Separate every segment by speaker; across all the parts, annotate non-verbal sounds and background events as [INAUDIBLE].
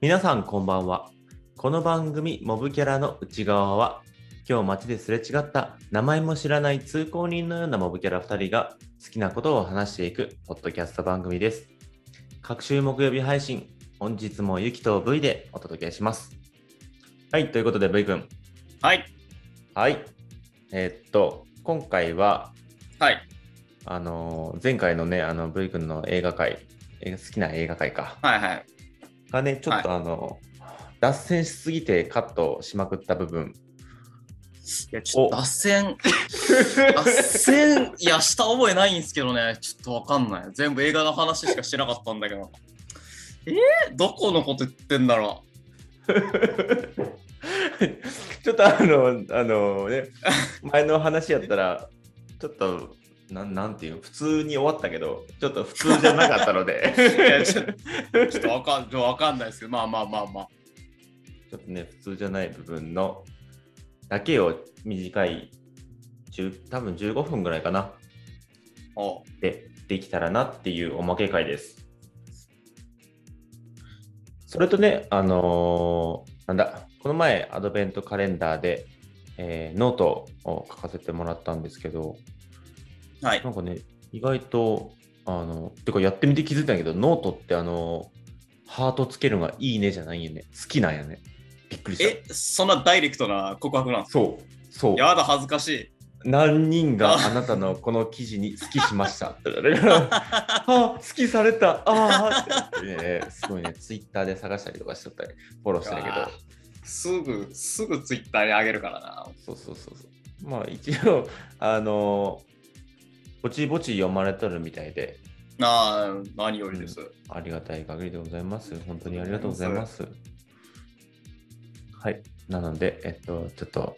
Speaker 1: 皆さんこんばんは。この番組モブキャラの内側は、今日街ですれ違った名前も知らない通行人のようなモブキャラ2人が好きなことを話していくポッドキャスト番組です。各週木曜日配信、本日もゆきと V でお届けします。はい、ということで V 君。
Speaker 2: はい。
Speaker 1: はい。えーっと、今回は、
Speaker 2: はい。
Speaker 1: あの前回のね、あの V 君の映画界、え好きな映画界か。
Speaker 2: はいはい。
Speaker 1: がね、ちょっとあの、脱線しすぎてカットしまくった部分。 [LAUGHS]
Speaker 2: いや、ちょっと
Speaker 1: お
Speaker 2: 脱線、脱線、いや、した覚えないんですけどね、ちょっとわかんない。全部映画の話しかしてなかったんだけど。えー、どこのこと言ってんだろ
Speaker 1: ちょっとあの、あのね、前の話やったら、ちょっと、なんなんていう普通に終わったけど、ちょっと普通じゃなかったの
Speaker 2: [LAUGHS]
Speaker 1: で、 [LAUGHS]
Speaker 2: う。いや、ちょっとちょっとわかん、ちょっとわかんないですけど、まあまあまあまあ。
Speaker 1: ちょっとね、普通じゃない部分のだけを短い、10多分15分ぐらいかな、
Speaker 2: おう
Speaker 1: でできたらなっていうおまけ会です。それとね、あのーなんだ、この前、アドベントカレンダーで、えーノートを書かせてもらったんですけど、
Speaker 2: はい。
Speaker 1: なんかね、意外と、あの、てかやってみて気づいたんやけど、ノートってあの、ハートつけるのがいいねじゃないよね。好きなんやね。びっくりした。
Speaker 2: え、そんなダイレクトな告白なんです
Speaker 1: そう、そう。
Speaker 2: やだ、恥ずかしい。
Speaker 1: 何人が
Speaker 2: あ
Speaker 1: あなたのこの記事に好きしま
Speaker 2: [LAUGHS]
Speaker 1: した。あ好きされた。ああって、ね。すごいね、ツイッターで探したりとかしとったり、フォローしたんや
Speaker 2: うわすぐ、すぐツイッターにあげるからな。
Speaker 1: けど、そうそうそうそう。まあ一応、あのぼちぼち読まれとるみたいで、
Speaker 2: なあ、何よりです。
Speaker 1: ありがたい限りでございます。本当にありがとうございます。はい。なので、えっと、ちょっと、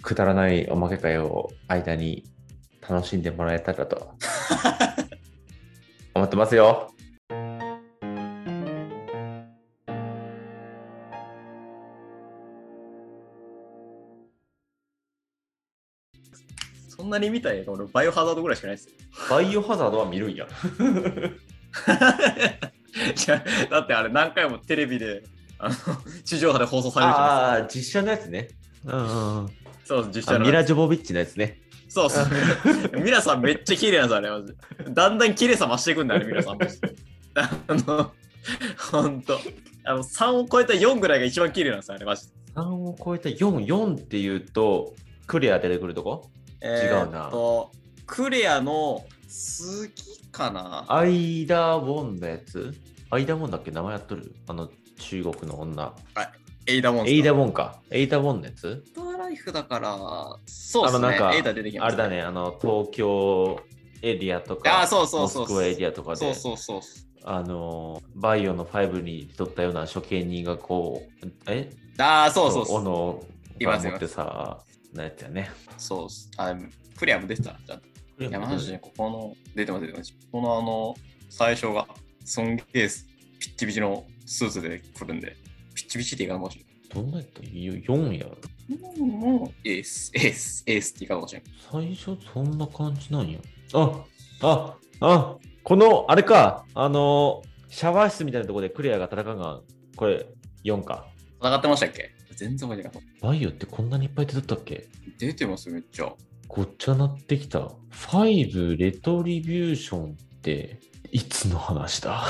Speaker 1: くだらないおまけ会を間に楽しんでもらえたら [LAUGHS] と思ってますよ。
Speaker 2: そんなに見たい映画、俺、バイオハザードぐらいしかないですよ。
Speaker 1: バイオハザードは見るんや。
Speaker 2: いやだってあれ何回もテレビであの [LAUGHS] 地上波で放送されるじゃない
Speaker 1: あ、実写のやつね。うんうん、
Speaker 2: ですか。そう実
Speaker 1: あ
Speaker 2: 写の
Speaker 1: ミラ・ジョボビッチのやつね。
Speaker 2: そうそう。
Speaker 1: [LAUGHS]
Speaker 2: ミラさんめっちゃ綺麗なんですあれマジで。だんだん綺麗さ増していくんだよねミラさんも。あの本当あの3を超えた4ぐらいが一番綺麗なんですよあれマジで。
Speaker 1: 3を超えた4、4っていうと、クレア出てくるとこ違うな
Speaker 2: えーっとクレアの好きかな。
Speaker 1: アイダ・ウォンのやつアイダ・ウォンだっけ名前やっとるあの中国の女。
Speaker 2: エイダモンスタ
Speaker 1: エ
Speaker 2: ー。
Speaker 1: イダ・ウォンか。エイダ・ウォンのやつ
Speaker 2: スターライフだから。そうです
Speaker 1: あのなんか
Speaker 2: ね。エイダ出てきま
Speaker 1: あれ
Speaker 2: す、ね。
Speaker 1: だね、あの東京エリアと
Speaker 2: あ
Speaker 1: か、
Speaker 2: ーそうそうそう
Speaker 1: モスクワエリアとかで、
Speaker 2: そうそうそう。
Speaker 1: あのバイオの5に出とったような処刑人がこう、え
Speaker 2: ああそうそうそう。
Speaker 1: 斧を
Speaker 2: います
Speaker 1: 持ってさ、なやつやね。
Speaker 2: そうっすあクレアも出てた。じゃあいや、マジでここの、出てます、出てます。このあの、最初が、ソンゲース、ピッチピチのスーツで来るんで、ピッチピチって言い方かもしれない。
Speaker 1: どんなやった ?4 やろ。
Speaker 2: もう、エース、エース、エースって言い方かもしれない。
Speaker 1: 最初そんな感じなんや。あああこのあれか、あのシャワー室みたいなところでクレアが戦うが、これ4か。
Speaker 2: 戦ってましたっけ全然覚えてなかった。
Speaker 1: バイオってこんなにいっぱい出とったっけ
Speaker 2: 出てますよ、めっちゃ。
Speaker 1: ごっちゃなってきた。5レトリビューションっていつの話 [LAUGHS] だ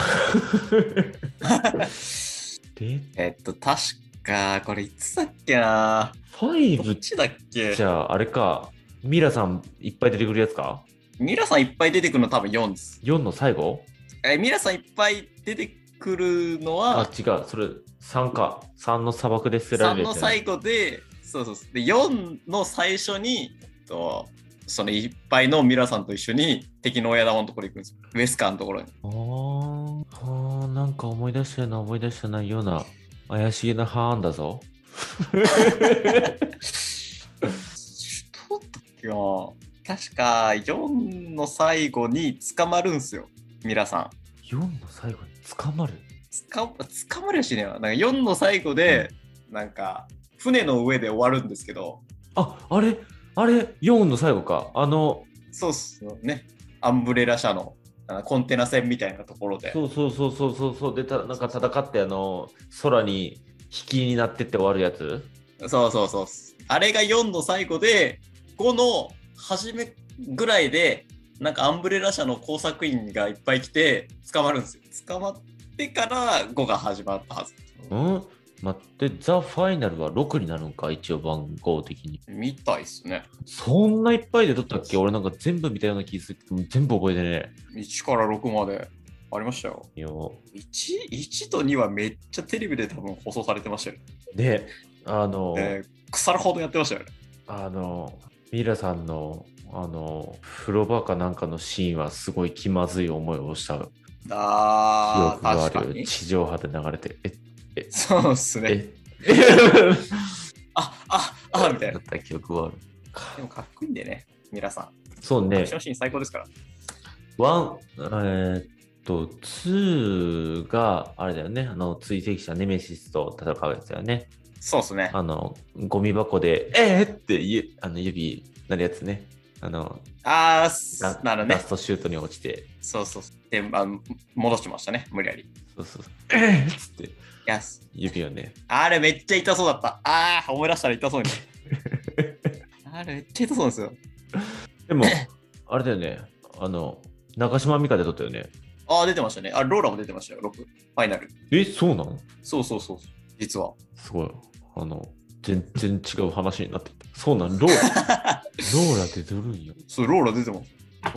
Speaker 1: で
Speaker 2: えっと、確か、これいつだっけなどっ
Speaker 1: ?5
Speaker 2: ちだっけ
Speaker 1: じゃああれか、ミラさんいっぱい出てくるやつか
Speaker 2: ミラさんいっぱい出てくるの多分4です。
Speaker 1: ?4 の最後
Speaker 2: え、ミラさんいっぱい出てくるの
Speaker 1: あ
Speaker 2: は、
Speaker 1: 違う、それ3か。3の砂漠で捨てられ
Speaker 2: 3
Speaker 1: るや
Speaker 2: の
Speaker 1: つやね
Speaker 2: 最後で、そうそうそうで4の最初に、えっとそのいっぱいのミラさんと一緒に敵の親玉のところに行くんですよ。ウェスカーのところに。
Speaker 1: あーあー、なんか思い出したような思い出したないような怪しげなハーンだぞ。
Speaker 2: どうだったっけな確か4の最後に捕まるんすよ、ミラさん。
Speaker 1: 4の最後に捕まる。
Speaker 2: 捕捕まるやしねえわなんか4の最後で、なんか船の上で終わるんですけど、
Speaker 1: あ、あれあれ ?4 の最後か。あの、
Speaker 2: そうっすよね。アンブレラ社のあのコンテナ船みたいなところで、
Speaker 1: そうそうそうそうそうそうでたなんか戦ってあの空に引きになってって終わるやつ
Speaker 2: そうそうそう。あれが4の最後で、5の初めぐらいで、なんかアンブレラ社の工作員がいっぱい来て、捕まるんですよ。捕まってから5が始まったはず。
Speaker 1: うん待ってザ・ファイナルは6になるんか一応番号的に
Speaker 2: みたいっすね。
Speaker 1: そんないっぱいで撮ったっけ俺なんか全部見たような気するけど全部覚えてね
Speaker 2: 1から6までありましたよ。
Speaker 1: えよ
Speaker 2: 1, 1と2はめっちゃテレビで多分放送されてましたよね。
Speaker 1: であの、
Speaker 2: えー腐るほどやってましたよね。
Speaker 1: あのミイラさんのあの風呂場かなんかのシーンはすごい気まずい思いをした記憶
Speaker 2: あ
Speaker 1: が
Speaker 2: あ、
Speaker 1: あ
Speaker 2: 確か
Speaker 1: るよ
Speaker 2: に。
Speaker 1: 地上波で流れてえ
Speaker 2: そうっすね。
Speaker 1: え
Speaker 2: あああ [LAUGHS] みたい
Speaker 1: だ
Speaker 2: な
Speaker 1: っ。た記憶はある
Speaker 2: でもかっこいいんでね、皆さん。
Speaker 1: そうね
Speaker 2: 私のシーン最高ですから。
Speaker 1: ワン、えーっと、ツーが、あれだよね、あの、追跡者ネメシスと戦うやつだよね。
Speaker 2: そうっすね。
Speaker 1: あの、ゴミ箱で、えー、ってゆあの指なるやつね。あの、
Speaker 2: ああ
Speaker 1: ラ
Speaker 2: なる
Speaker 1: ラ
Speaker 2: ね
Speaker 1: ス。トシュートに落ちて、
Speaker 2: そうそう。で、あの戻しましたね、無理やり。い
Speaker 1: そうそうそう、えー、っつって、
Speaker 2: や、
Speaker 1: 指をね、
Speaker 2: あれめっちゃ痛そうだった。ああ、思い出したら痛そうに。 [LAUGHS] あれめっちゃ痛そうなんですよ。
Speaker 1: でも、あれだよね、あの、中島美嘉で撮ったよね。
Speaker 2: ああ、出てましたね。あ、ローラも出てましたよ、6。ファイナル。
Speaker 1: え、そうなの
Speaker 2: そうそうそう。実は。
Speaker 1: すごい。あの、全然違う話になってた。そうなん、ローラ。 [LAUGHS] ローラ出てるんよ。
Speaker 2: そう、ローラ出てます。
Speaker 1: あ、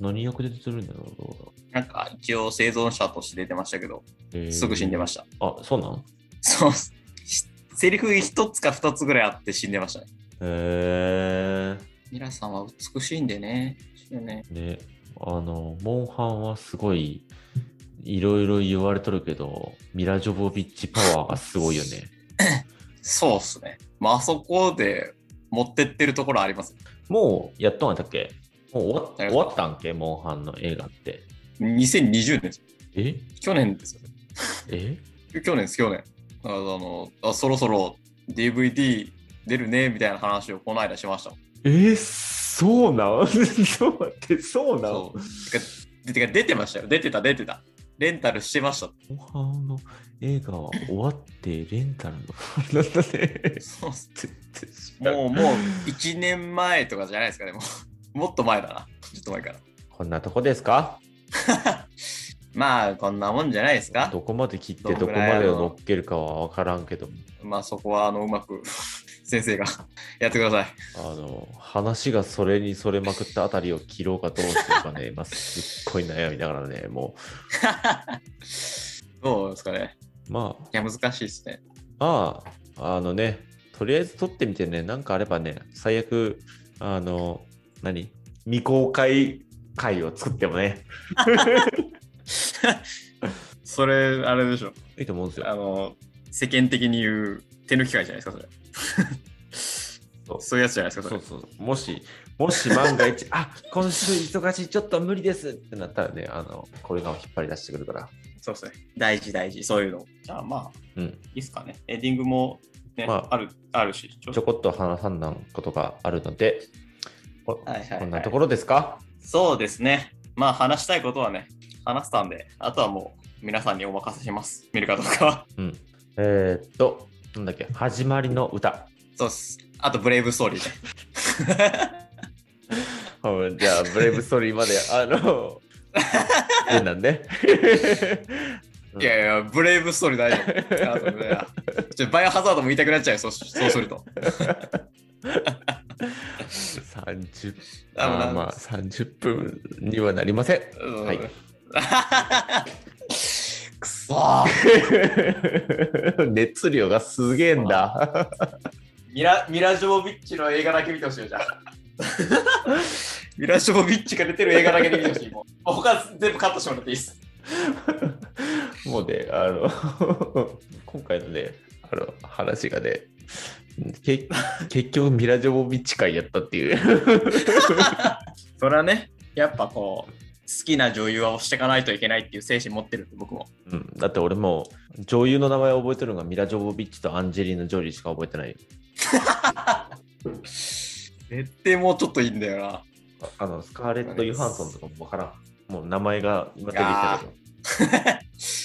Speaker 1: 何役で出てるんだろう、ローラ。
Speaker 2: なんか、一応生存者として出てましたけど、すぐ死んでま
Speaker 1: し
Speaker 2: した。
Speaker 1: た。あ、そうなん
Speaker 2: そうっす。しセリフ一つか二つぐらいあって死んでましたね。
Speaker 1: へ
Speaker 2: ミラさんは美しいんでね。美しいよね
Speaker 1: え。ね、あの、モンハンはすごい、いろいろ言われとるけど、ミラ・ジョボビッチパワーがすごいよね。
Speaker 2: そうっすね。まあ、あそこで持ってってるところあります。
Speaker 1: もうやっとんやったっけもう終わっ
Speaker 2: や
Speaker 1: 終
Speaker 2: る
Speaker 1: わったんけモンハンの映画って。
Speaker 2: 2020年です。
Speaker 1: え
Speaker 2: 去年ですよね。
Speaker 1: え
Speaker 2: 去年です、去年。あの、あそろそろ DVD 出るね、みたいな話をこの間しましたもん。
Speaker 1: えそうなん [LAUGHS] そう待って、そうなん
Speaker 2: そうてかでてか出てましたよ。出てた、出てた。レンタルしてました。
Speaker 1: モンハンの映画は終わって、レンタルの。 [LAUGHS] なんだね。
Speaker 2: そうっす
Speaker 1: う。
Speaker 2: もう、もう1年前とかじゃないですかね、もう。もっと前だな。ちょっと前から。
Speaker 1: こんなとこですか
Speaker 2: まあ、こんなもんじゃないですか。
Speaker 1: どこまで切ってど
Speaker 2: ど
Speaker 1: こ
Speaker 2: んぐ
Speaker 1: ま
Speaker 2: らいあ
Speaker 1: で
Speaker 2: るの
Speaker 1: 乗っけるかは分からんけども
Speaker 2: まあ、そこは、あの、うまく先生が [LAUGHS] やってください。 [LAUGHS]
Speaker 1: あの話がそれにそれまくったあたりを切ろうかどうしようかねまあすっごい悩みながらねも
Speaker 2: どうですかね。
Speaker 1: うま
Speaker 2: いや、難しいですね。
Speaker 1: あまああのねとりあえず撮ってみてねなんかあればね最悪あの何未公開回を作ってもね
Speaker 2: それ、あれでしょ。
Speaker 1: いいと思うんです
Speaker 2: あ
Speaker 1: よ
Speaker 2: の、世間的に言う手抜き会じゃないですか、それ。
Speaker 1: そう
Speaker 2: そういうやつじゃないです
Speaker 1: そ
Speaker 2: か、それ
Speaker 1: う。そうもしもし万が一 [LAUGHS] あ今週忙しいちょっと無理ですってなったらねあのこれが引っ張り出してくるから
Speaker 2: そうですね。大事、大事、そういうの。じゃあ、まあ、
Speaker 1: うん
Speaker 2: いいっすかね。エンディングも、ね
Speaker 1: まあ
Speaker 2: る、あるし。ちょ
Speaker 1: ちょこっと話さんなんことがあるので、こ
Speaker 2: はいはいはい
Speaker 1: こんなところですか
Speaker 2: そうですね。まあ、話したいことはね、話したんで、あとはもう、皆さんにお任せします。見るかどうかは。
Speaker 1: うん。えーっと、なんだっけ、始まりの歌。
Speaker 2: そうっす。あと、ブレイブストーリーね。
Speaker 1: うんじゃあ、ブレイブストーリーまで、あの、変なんで。 [LAUGHS]
Speaker 2: いやいや、ブレイブストーリー大丈夫。あとねちょバイオハザードも言いたくなっちゃうよ、そうそうすると。
Speaker 1: 30
Speaker 2: あの
Speaker 1: あーまあ、30分にはなりません。 [LAUGHS]
Speaker 2: は
Speaker 1: はい
Speaker 2: い。くそー
Speaker 1: 熱量がすげえんだ。
Speaker 2: ミラミラ・ジョボビッチの映画だけ見てほしいよ、じゃ [LAUGHS] あ。ミラ・ジョボビッチが出てる映画だけで見てほしい。もう他全部カットしてもらっていいです。
Speaker 1: もうね、あの、 [LAUGHS] 今回のね、あの話がね、け結局ミラ・ジョボビッチ会やったっていう。
Speaker 2: それはね、やっぱこう、好きな女優は押していかないといけないっていう精神持ってるんで、僕も。
Speaker 1: うん、だって俺もう女優の名前を覚えてるのがミラ・ジョボビッチとアンジェリーナ・ジョリーしか覚えてないよ。
Speaker 2: 絶対もうちょっといいんだよな。
Speaker 1: ああのスカーレット・ヨハンソンとかもわからん。もう名前が今出てきた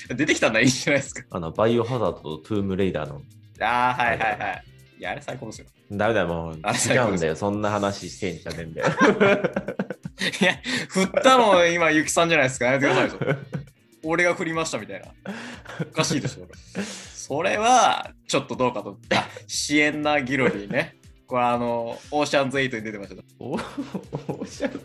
Speaker 1: けど、
Speaker 2: [LAUGHS] 出てきたんだいいじゃないですか。
Speaker 1: あの、バイオハザードとトゥームレイダーの、
Speaker 2: ああ、はいはいはい。いや、あれ最高ですよ。
Speaker 1: ダメだよ、もう、
Speaker 2: あ
Speaker 1: 違
Speaker 2: 最高
Speaker 1: う
Speaker 2: で
Speaker 1: ん
Speaker 2: す
Speaker 1: だよ、そんな話してんじゃねえんだよ。
Speaker 2: いや、振ったの今、ゆきさんじゃないですか。やめてくださいよ。俺が振りましたみたいな。おかしいでしょ。それは、ちょっとどうかと。あシエンナ・ギロリーね。これあの、オーシャンズ8に出てましたけど。
Speaker 1: おオーシャンズ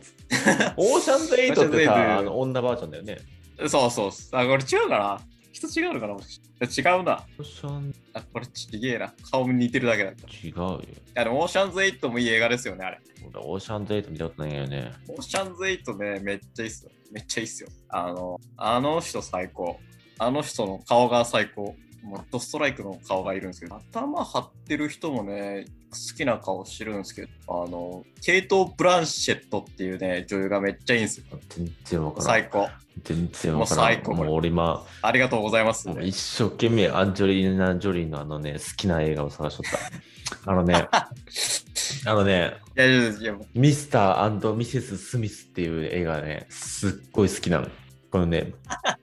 Speaker 1: オーシャンズエイトって
Speaker 2: オーシャンズエイト
Speaker 1: さ、あの女バージョンだよね。
Speaker 2: そうそう。あ、これ違うかな人違うのかなもしかしていや違うな。
Speaker 1: オーシャン
Speaker 2: あ、これちげえな。顔似てるだけだった。い
Speaker 1: 違うよ。
Speaker 2: や、でもオーシャンズ8もいい映画ですよね、あれ。
Speaker 1: 俺、オーシャンズエイト見たことないんだよね。
Speaker 2: オーシャンズ8ね、めっちゃいいっすよ。めっちゃいいっすよ。あの、あの人最高。あの人の顔が最高。もうドストライクの顔がいるんですけど、頭張ってる人もね、好きな顔してるんですけど、あの、ケイト・ブランシェットっていうね、女優がめっちゃいいんですよ。
Speaker 1: 全然わからん。
Speaker 2: 最高。
Speaker 1: 全然わからん。
Speaker 2: もう最高こ
Speaker 1: も
Speaker 2: れ
Speaker 1: う俺今、
Speaker 2: ありがとうございます。
Speaker 1: もう一生懸命アンジョリーナ・ジョリーのあのね、好きな映画を探しとった。あの [LAUGHS] ね、あのね、
Speaker 2: いやいやいや、も
Speaker 1: ミスターミセス・スミスっていう映画ね、すっごい好きなの。このね、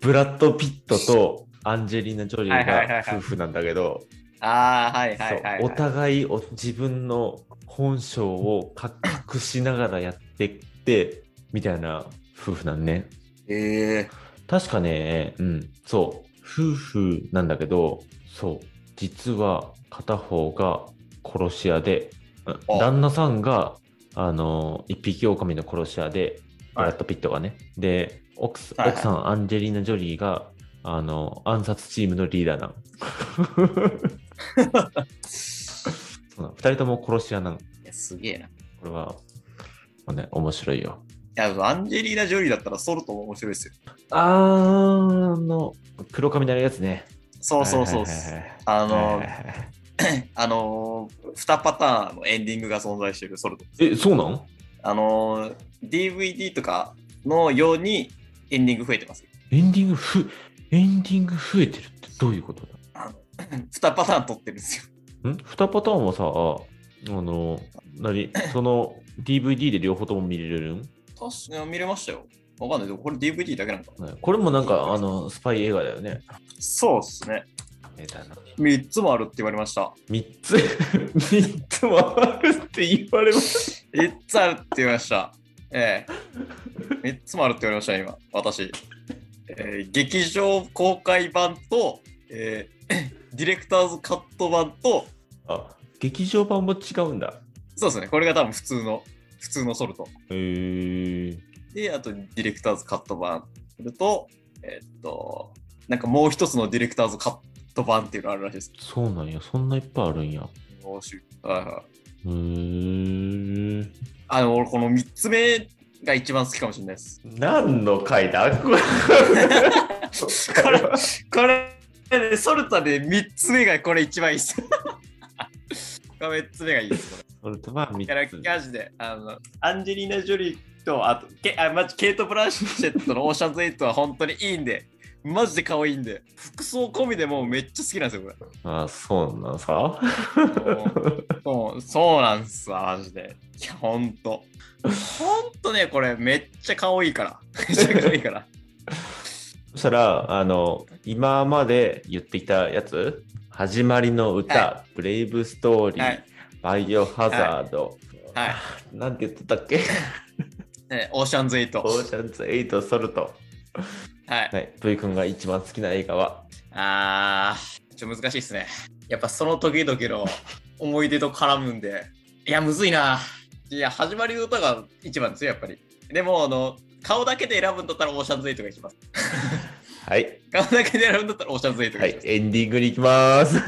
Speaker 1: ブラッド・ピットとアンジェリーナ・ジョリー
Speaker 2: はいはいはい
Speaker 1: が
Speaker 2: はい
Speaker 1: 夫婦なんだけど、
Speaker 2: うああ、はいはいはい、はい。
Speaker 1: そうお互いお自分の本性をか隠しながらやってって、みたいな夫婦なんね。
Speaker 2: ええ
Speaker 1: 確かね、うん、そう、夫婦なんだけど、そう、実は片方が殺し屋で、うん
Speaker 2: あ
Speaker 1: 旦那さんが、あの、一匹狼の殺し屋で、ブ
Speaker 2: はい
Speaker 1: ラッド・ピットがね、で、奥さ
Speaker 2: はいはい
Speaker 1: 奥さん、アンジェリーナ・ジョリーが、あの、暗殺チームのリーダーなの。そうなの二人とも殺し屋なの。こ
Speaker 2: いやすげえな。い
Speaker 1: れは、まあね、面白いよ。
Speaker 2: や、アンジェリーナ・ジョリーだったらソルトも面白いですよ。
Speaker 1: あー、あの、黒髪のやつね。
Speaker 2: そうそうそうっす。
Speaker 1: はいはいはいはい
Speaker 2: あの
Speaker 1: はいはいはい
Speaker 2: あのー、2パターンのエンディングが存在してる、ソルト。
Speaker 1: え、そうなん
Speaker 2: あのー、DVD とかのようにエンディング増えてます。
Speaker 1: エンディングふ、エンディング増えてるってどういうことだ
Speaker 2: 2パターン撮ってるんですよ。
Speaker 1: ん ?2 パターンはさ、あの、なに、その DVD で両方とも見れるん
Speaker 2: 確かに見れましたよ。わかんないけど、これ DVD だけなのかな
Speaker 1: ねこれもなんか、あの、スパイ映画だよね。
Speaker 2: そうっすね。
Speaker 1: えだな。
Speaker 2: 3つもあるって言われました。
Speaker 1: 3つ、3つもあるって言われます。
Speaker 2: 3つあるって言われました。ええ。3つもあるって言われました、今、私。えー劇場公開版と、えーディレクターズカット版と、
Speaker 1: あ、劇場版も違うんだ。
Speaker 2: そうですね、これが多分普通の、普通のソルト。
Speaker 1: へー。
Speaker 2: で、あとディレクターズカット版すると、えっと、なんかもう一つのディレクターズカット版っていうのがあるらしいです。
Speaker 1: そうなんや、そんないっぱいあるんや。
Speaker 2: よーしはいはい。
Speaker 1: へー。
Speaker 2: あの、俺この3つ目が一番好きかもしれないです。
Speaker 1: 何の回
Speaker 2: [LAUGHS]
Speaker 1: だこれは
Speaker 2: これ、ね、ソルタで3つ目がこれ一番いいです。3つ目がいいです。こ
Speaker 1: それとまあ
Speaker 2: れだ
Speaker 1: 3つ
Speaker 2: から、マジで、あの、アンジェリーナ・ジョリーと、あと、ケあマジケイト・ブランシェットのオーシャンズ8は本当にいいんで、マジで可愛いんで、服装込みでもうめっちゃ好きなんですよ、これ。
Speaker 1: あそうなんさ。
Speaker 2: そうそうなんすわ、マジで。いや、ほんと。ほんとね、これめっちゃ顔いいから。めっちゃ顔いいから。
Speaker 1: そしたら、あの、今まで言ってきたやつ、始まりの歌、ブレイブストーリー、
Speaker 2: はい。
Speaker 1: バイオハザード、
Speaker 2: はい。
Speaker 1: なんて言ってたっけ
Speaker 2: ね、オーシャンズ8。
Speaker 1: オーシャンズ8ソルト。
Speaker 2: はい。
Speaker 1: はい、V 君が一番好きな映画は、
Speaker 2: あー、ちょっと難しいっすね。やっぱその時々の思い出と絡むんで。いや、むずいな。いや、始まりの歌が一番ですよ、やっぱり。でも、あの、顔だけで選ぶんだったらオーシャンズ8が一番。
Speaker 1: はい、
Speaker 2: 顔だけで選ぶんだったらオーシャンズ8が一番。
Speaker 1: はい、エンディングに行きます。 [LAUGHS]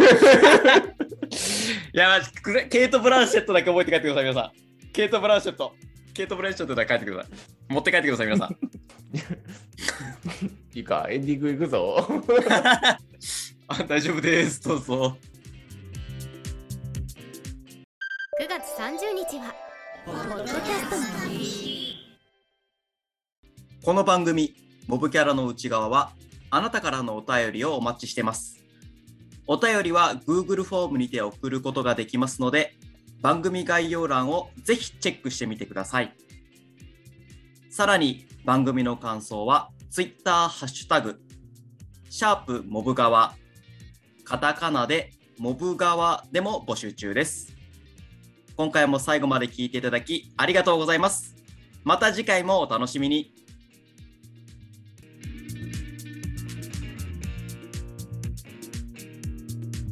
Speaker 2: いや、マジくれケイト・ブランシェットだけ覚えて帰ってください、皆さん。ケイト・ブランシェット。ケイト・ブランシェットだけ帰ってください。持って帰ってください、皆さん。
Speaker 1: いいか、エンディング行くぞ。
Speaker 2: あ大丈夫です、どうぞ。
Speaker 3: 9月30日はポッドキャストの日
Speaker 2: この番組、モブキャラの内側は、あなたからのお便りをお待ちしてます。お便りは Google フォームにて送ることができますので、番組概要欄をぜひチェックしてみてください。さらに番組の感想は Twitter ハッシュタグ、シャープモブ側、カタカナでモブ側でも募集中です。今回も最後まで聞いていただきありがとうございます。また次回もお楽しみに。